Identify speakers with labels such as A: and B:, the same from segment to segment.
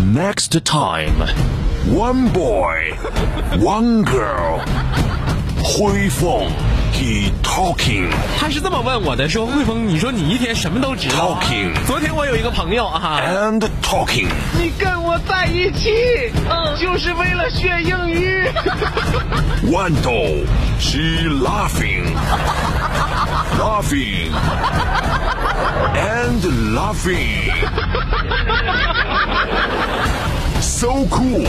A: Next time, one boy, one girl. 灰凤，he talking
B: 他是这么问我的，说汇丰，你说你一天什么都知道啊
A: Talking
B: 昨天我有一个朋友啊，
A: and talking。
C: 你跟我在一起，
D: 嗯
C: 就是为了学英语。
A: Wando, she laughing, laughing, and laughing. So cool,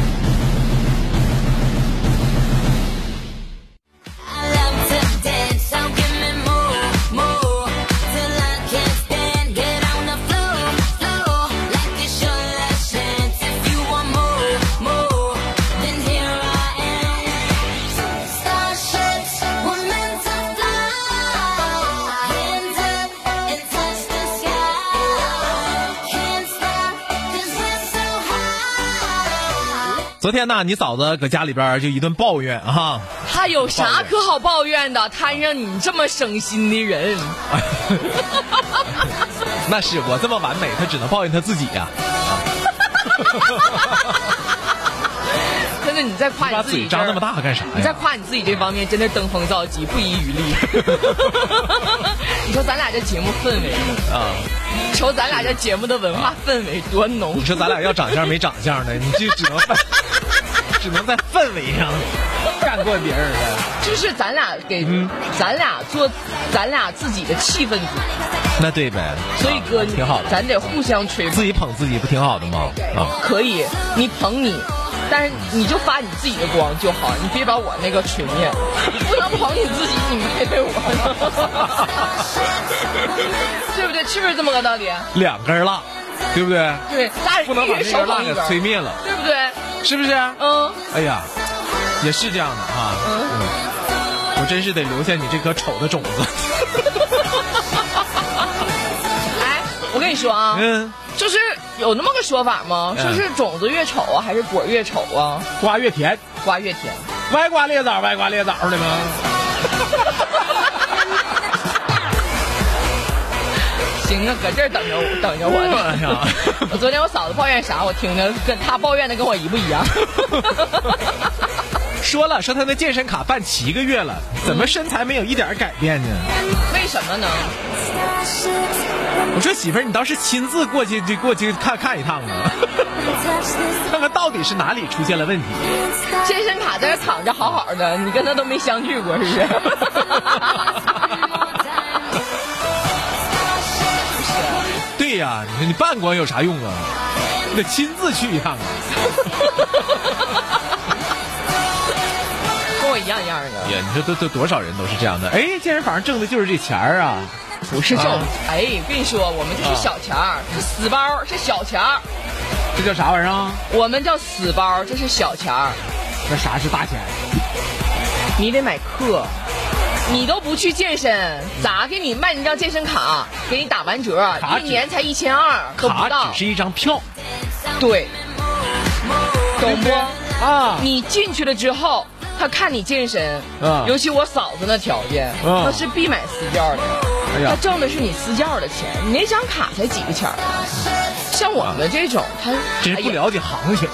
E: I love to dance, so give me more, more till I can't stand. Get on the floor, floor like it's your last chance. If you want more, more, then here I am. Starships were meant to fly, hands up and touch the sky. Can't stop 'cause we're so high.
B: 昨天呢，你嫂子搁家里边儿就一顿抱怨啊，
D: 他有啥可好抱怨的？摊上你这么省心的人，
B: 那是我这么完美，她只能抱怨她自己呀、
D: 真的你在夸
B: 把
D: 你自己
B: 嘴
D: 这
B: 张
D: 儿
B: 那么，大干啥
D: 你在
B: 呀？
D: 夸你自己这方面真的登峰造极，不遗余力。 你说咱俩这节目氛围
B: 啊，
D: 你瞅咱俩这节目的文化氛围多浓
B: 你。说咱俩要长相没长相的，你就只能 在只能在氛围上干过别人了。
D: 就是咱俩给、
B: 嗯
D: 咱俩做咱俩自己的气氛组，
B: 那对呗，
D: 所以哥，你
B: 挺好的，
D: 咱得互相吹捧，
B: 自己捧自己不挺好的吗？啊，
D: 可以，你捧你。但是你就发你自己的光就好，你别把我那个吹灭，你不能捧你自己，你埋汰我，对不对？是不是这么个道理？啊
B: 两根蜡，对不对？
D: 对，咱俩
B: 不能把
D: 一
B: 那
D: 人手
B: 根蜡
D: 捧
B: 给
D: 一
B: 吹
D: 根，
B: 灭了，
D: 对不对？
B: 是不是？
D: 嗯，
B: 哎呀，也是这样的啊。嗯，我真是得留下你这颗丑的种子。
D: 哎，我跟你说啊，
B: 嗯，
D: 就是有那么个说法吗？
B: 嗯
D: 说是种子越丑啊，还是果越丑啊？
B: 瓜越甜，
D: 瓜越甜。
B: 歪瓜裂枣，歪瓜裂枣的吗？
D: 行啊，搁这儿等着我，等着我
B: 哎
D: 呢。
B: 呀，
D: 我昨天我嫂子抱怨啥，我听着跟她抱怨的跟我一不 一样。
B: 说了说他那健身卡办七个月了，怎么身材没有一点改变呢？
D: 为什么呢？
B: 我说媳妇儿，你倒是亲自过去就过去看看一趟啊，看看到底是哪里出现了问题。
D: 健身卡在这躺着好好的，你跟她都没相聚过，是 不是？
B: 对呀、你说你办光有啥用啊？你得亲自去一趟啊。
D: 跟我一样一样的。
B: 呀，哎你说都都多少人都是这样的。哎，健身房挣的就是这钱儿啊。
D: 不是这种
B: 啊，
D: 哎，跟你说，我们这是小钱儿，
B: 嗯
D: 是死包，是小钱儿，
B: 这叫啥玩意儿啊？
D: 我们叫死包，这是小钱儿。
B: 那啥是大钱？
D: 你得买课，你都不去健身，咋给你卖你张健身卡？给你打完折
B: 卡，
D: 一
B: 只
D: 年才一千二，都不
B: 卡
D: 到
B: 只。是一张票，
D: 对，懂不？
B: 啊，
D: 你进去了之后，他看你健身，
B: 啊
D: 尤其我嫂子那条件，
B: 啊
D: 那是必买私教的，
B: 哎呀
D: 他挣的是你私教的钱，你那张卡才几个钱儿啊？像我们这种，他
B: 真啊
D: 哎
B: 是不了解行情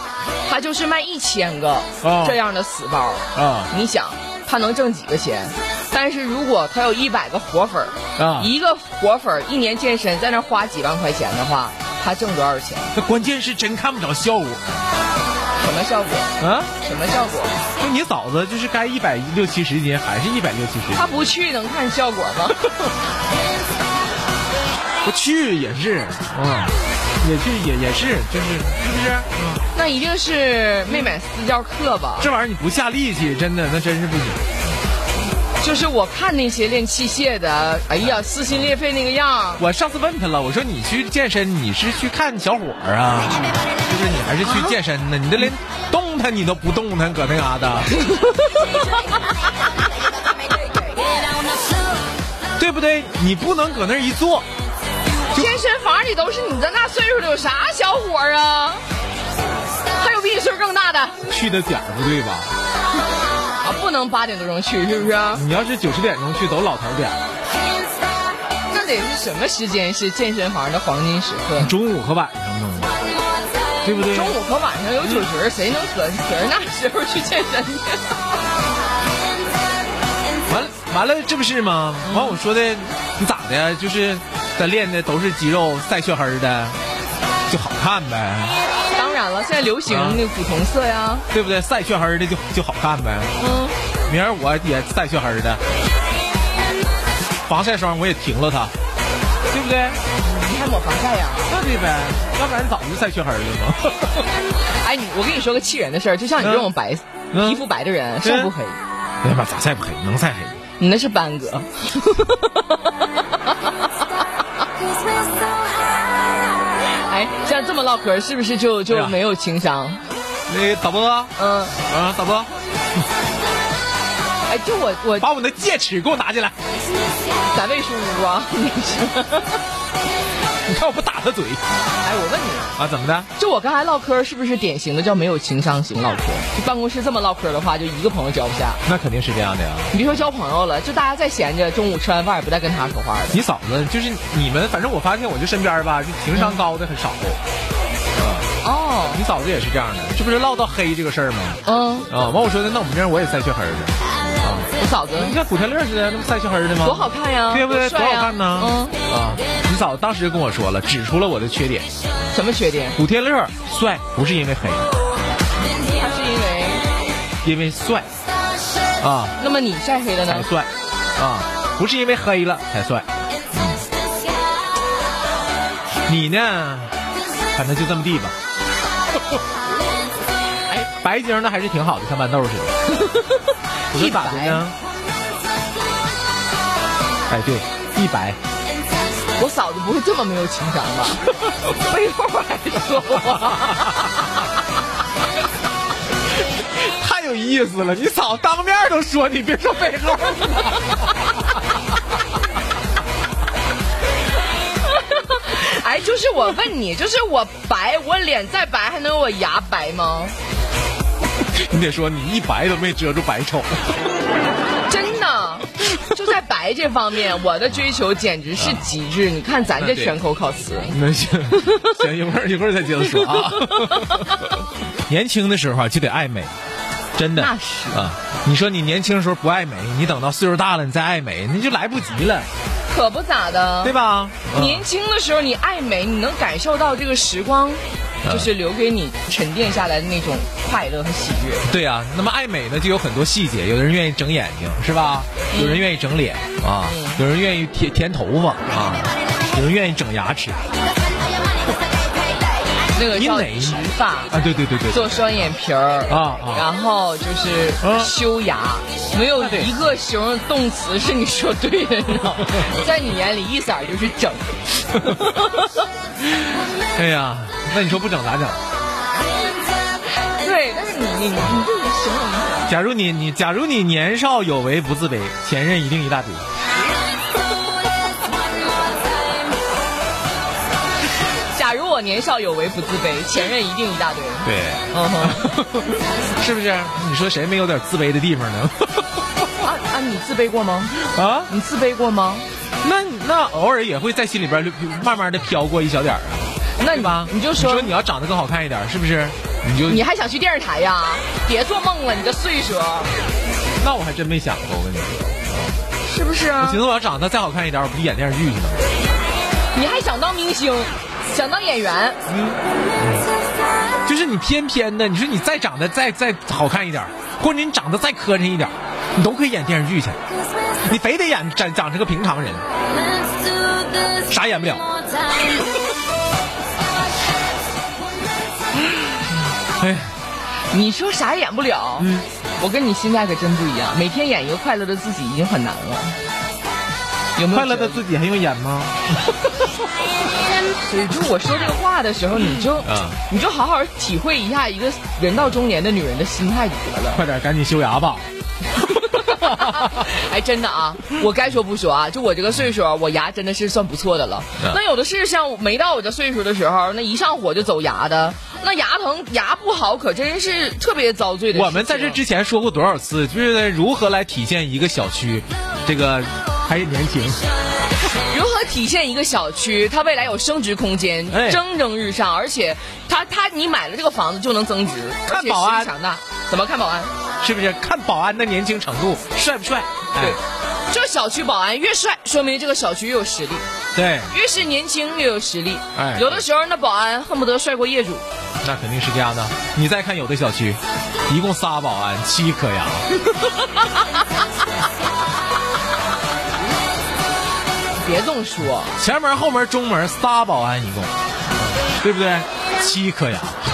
D: 他就是卖一千个
B: 啊
D: 这样的死包，
B: 啊
D: 你想他能挣几个钱？但是如果他有一百个活粉儿，
B: 啊
D: 一个活粉儿一年健身在那花几万块钱的话，他挣多少钱？
B: 那关键是真看不着效果
D: 什么效果？
B: 啊！
D: 什么效果？
B: 就你嫂子，就是该一百六七十斤，还是一百六七十斤？
D: 他不去能看效果吗？
B: 不去也是，嗯，也去也也是，就是是不是？
D: 那一定是没买私教课吧？
B: 这玩意儿你不下力气，真的那真是不行。
D: 就是我看那些练器械的，哎呀，撕心裂肺那个样儿。
B: 我上次问他了，我说你去健身，你是去看小伙儿啊，就是你还是去健身呢？你这连动弹你都不动弹，搁那嘎 达，对不对？你不能搁那儿一坐，
D: 健身房里都是你这大岁数的，有啥小伙儿啊？还有比你岁数更大的啊，
B: 去的点儿不对吧？
D: 不能八点多钟去，是不是？
B: 你要是九十点钟去，都老头儿点儿。
D: 那得是什么时间是健身房的黄金时刻？
B: 中午和晚上弄的，对不对？
D: 中午和晚上有酒局儿，谁能搁搁那时候去健身去？
B: 完了完了，这不是吗？完我说的，你咋的呀？就是咱练的都是肌肉，晒血黑儿的，就好看呗，
D: 当然了，现在流行那古铜色呀，
B: 对不对？晒血黑儿的就就好看呗。
D: 嗯，
B: 明儿我也晒血黑儿的，防晒霜我也停了它，对不对？
D: 你还抹防晒呀？
B: 那对呗，要不然早就晒血黑儿了吗？
D: 哎，你我跟你说个气人的事儿，就像你这种白、
B: 嗯
D: 皮肤白的人，晒不黑，
B: 哎呀妈，咋晒不黑？能晒黑？
D: 你那是 斑哥。哎，像这么唠嗑，是不是就
B: 对
D: 就
B: 啊
D: 没有情商？
B: 那个导播啊，
D: 嗯，
B: 导播，
D: 哎，就我我
B: 把我那戒尺给我拿进来，
D: 咱魏叔屋啊，你是
B: 你看我不打他嘴
D: 哎，我问你，
B: 啊？怎么的？
D: 就我刚才唠嗑，是不是典型的叫没有情商型唠嗑？就办公室这么唠嗑的话，就一个朋友交不下。
B: 那肯定是这样的呀。
D: 你别说交朋友了，就大家再闲着，中午吃完饭也不带跟他说话的。
B: 你嫂子就是你们，反正我发现我就身边儿吧，就情商高的很少。
D: 哦，
B: 你嫂子也是这样的，这不是唠到黑这个事儿吗？
D: 嗯，
B: 啊，完我说的，那我们这样我也晒血黑儿的，
D: 我嫂子
B: 你看古天乐似的，那不晒血黑儿的吗？
D: 多好看
B: 嗯
D: 呀，
B: 对啊不对？多
D: 帅呀
B: 好看呢！
D: 嗯，
B: 啊，你嫂子当时就跟我说了，指出了我的缺点。
D: 什么缺点？
B: 古天乐帅不是因为黑，
D: 他是因为，
B: 因为帅啊
D: 那么你晒黑了
B: 才
D: 呢？
B: 帅啊，不是因为黑了才帅。你呢？反正就这么地吧。哎，白晶那还是挺好的，像豌豆似的。我说咋的呢？哎，对，一白。
D: 我嫂子不会这么没有情商 吧？背后还说我，
B: 太有意思了！你嫂当面都说你，别说背后。
D: 哎，就是我问你，就是我白，我脸再白，还能有我牙白吗？
B: 你得说你一白都没遮住白丑。
D: 真的，就在白这方面，我的追求简直是极致。你看咱这全口考词，
B: 那行，行，一会儿一会儿再接着说啊。年轻的时候啊，就得爱美，真的。
D: 那是
B: 啊，你说你年轻的时候不爱美，你等到岁数大了你再爱美，那就来不及了，
D: 可不咋的
B: 对。吧？嗯
D: 年轻的时候你爱美，你能感受到这个时光，就是留给你沉淀下来的那种快乐和喜悦。
B: 对啊，那么爱美呢，就有很多细节，有的人愿意整眼睛，是吧？
D: 嗯
B: 有人愿意整脸啊，有人愿意填填头发啊，
D: 嗯
B: 有人愿意整牙齿啊，
D: 那个
B: 你
D: 叫
B: 哪一
D: 植发，
B: 对对对对，
D: 做双眼皮儿
B: 啊啊
D: 然后就是
B: 啊
D: 修牙，没有一个形容动词是你说对的，你知道吗？在你眼里一色儿就是 整。
B: 哎呀，那你说不整咋整？
D: 对，但是你你你这个形容一下，
B: 假如你你假如你年少有为不自卑，前任一定一大堆。
D: 假如我年少有为不自卑，前任一定一大堆。
B: 对，
D: 嗯哼，
B: 是不是？你说谁没有点自卑的地方呢？
D: 啊啊，你自卑过吗？
B: 啊，
D: 你自卑过吗？
B: 那那偶尔也会在心里边儿慢慢的飘过一小点儿啊。
D: 那
B: 对
D: 你
B: 吧？
D: 你就
B: 你
D: 说
B: 说你要长得更好看一点儿，是不是？你就
D: 你还想去电视台呀？别做梦了，你这岁数
B: 那我还真没想过，我跟你说，
D: 是不是啊？
B: 寻思我要长得再好看一点儿，我不演电视剧去吗？
D: 你还想当明星，想当演员，
B: 就是你偏偏的，你说你再长得再再好看一点儿，或者你长得再磕碜一点儿，你都可以演电视剧去，你非得演长长成个平常人，啥演不了。哎呀，
D: 你说啥也演不了。嗯，我跟你心态可真不一样，每天演一个快乐的自己已经很难了。有没有
B: 快乐的
D: 觉
B: 自己还用演吗？
D: 得？所以就我说这个话的时候，你就、
B: 嗯
D: 你就好好 体会一下一个人到中年的女人的心态就得了。
B: 快点，赶紧修牙吧。
D: 哎，真的啊，我该说不说啊，就我这个岁数啊，我牙真的是算不错的了。
B: 嗯
D: 那有的是像我没到我这岁数的时候，那一上火就走牙的，那牙疼牙不好，可真是特别遭罪的事情。啊
B: 我们在这之前说过多少次，就是如何来体现一个小区这个还是年轻。
D: 如何体现一个小区它未来有升值空间，
B: 哎
D: 蒸蒸日上，而且它它你买了这个房子就能增值，
B: 看
D: 而且
B: 保安
D: 实力强大，怎么看保安？
B: 是不是？看保安的年轻程度，帅不帅？哎
D: 对，这个小区保安越帅，说明这个小区越有实力，
B: 对，
D: 越是年轻越有实力。
B: 哎
D: 有的时候那保安恨不得帅过业主，
B: 那肯定是这样的。你再看有的小区，一共仨保安，七颗牙。
D: 别这么说。
B: 前门、后门、中门仨保安一共，对不对？七颗牙，哎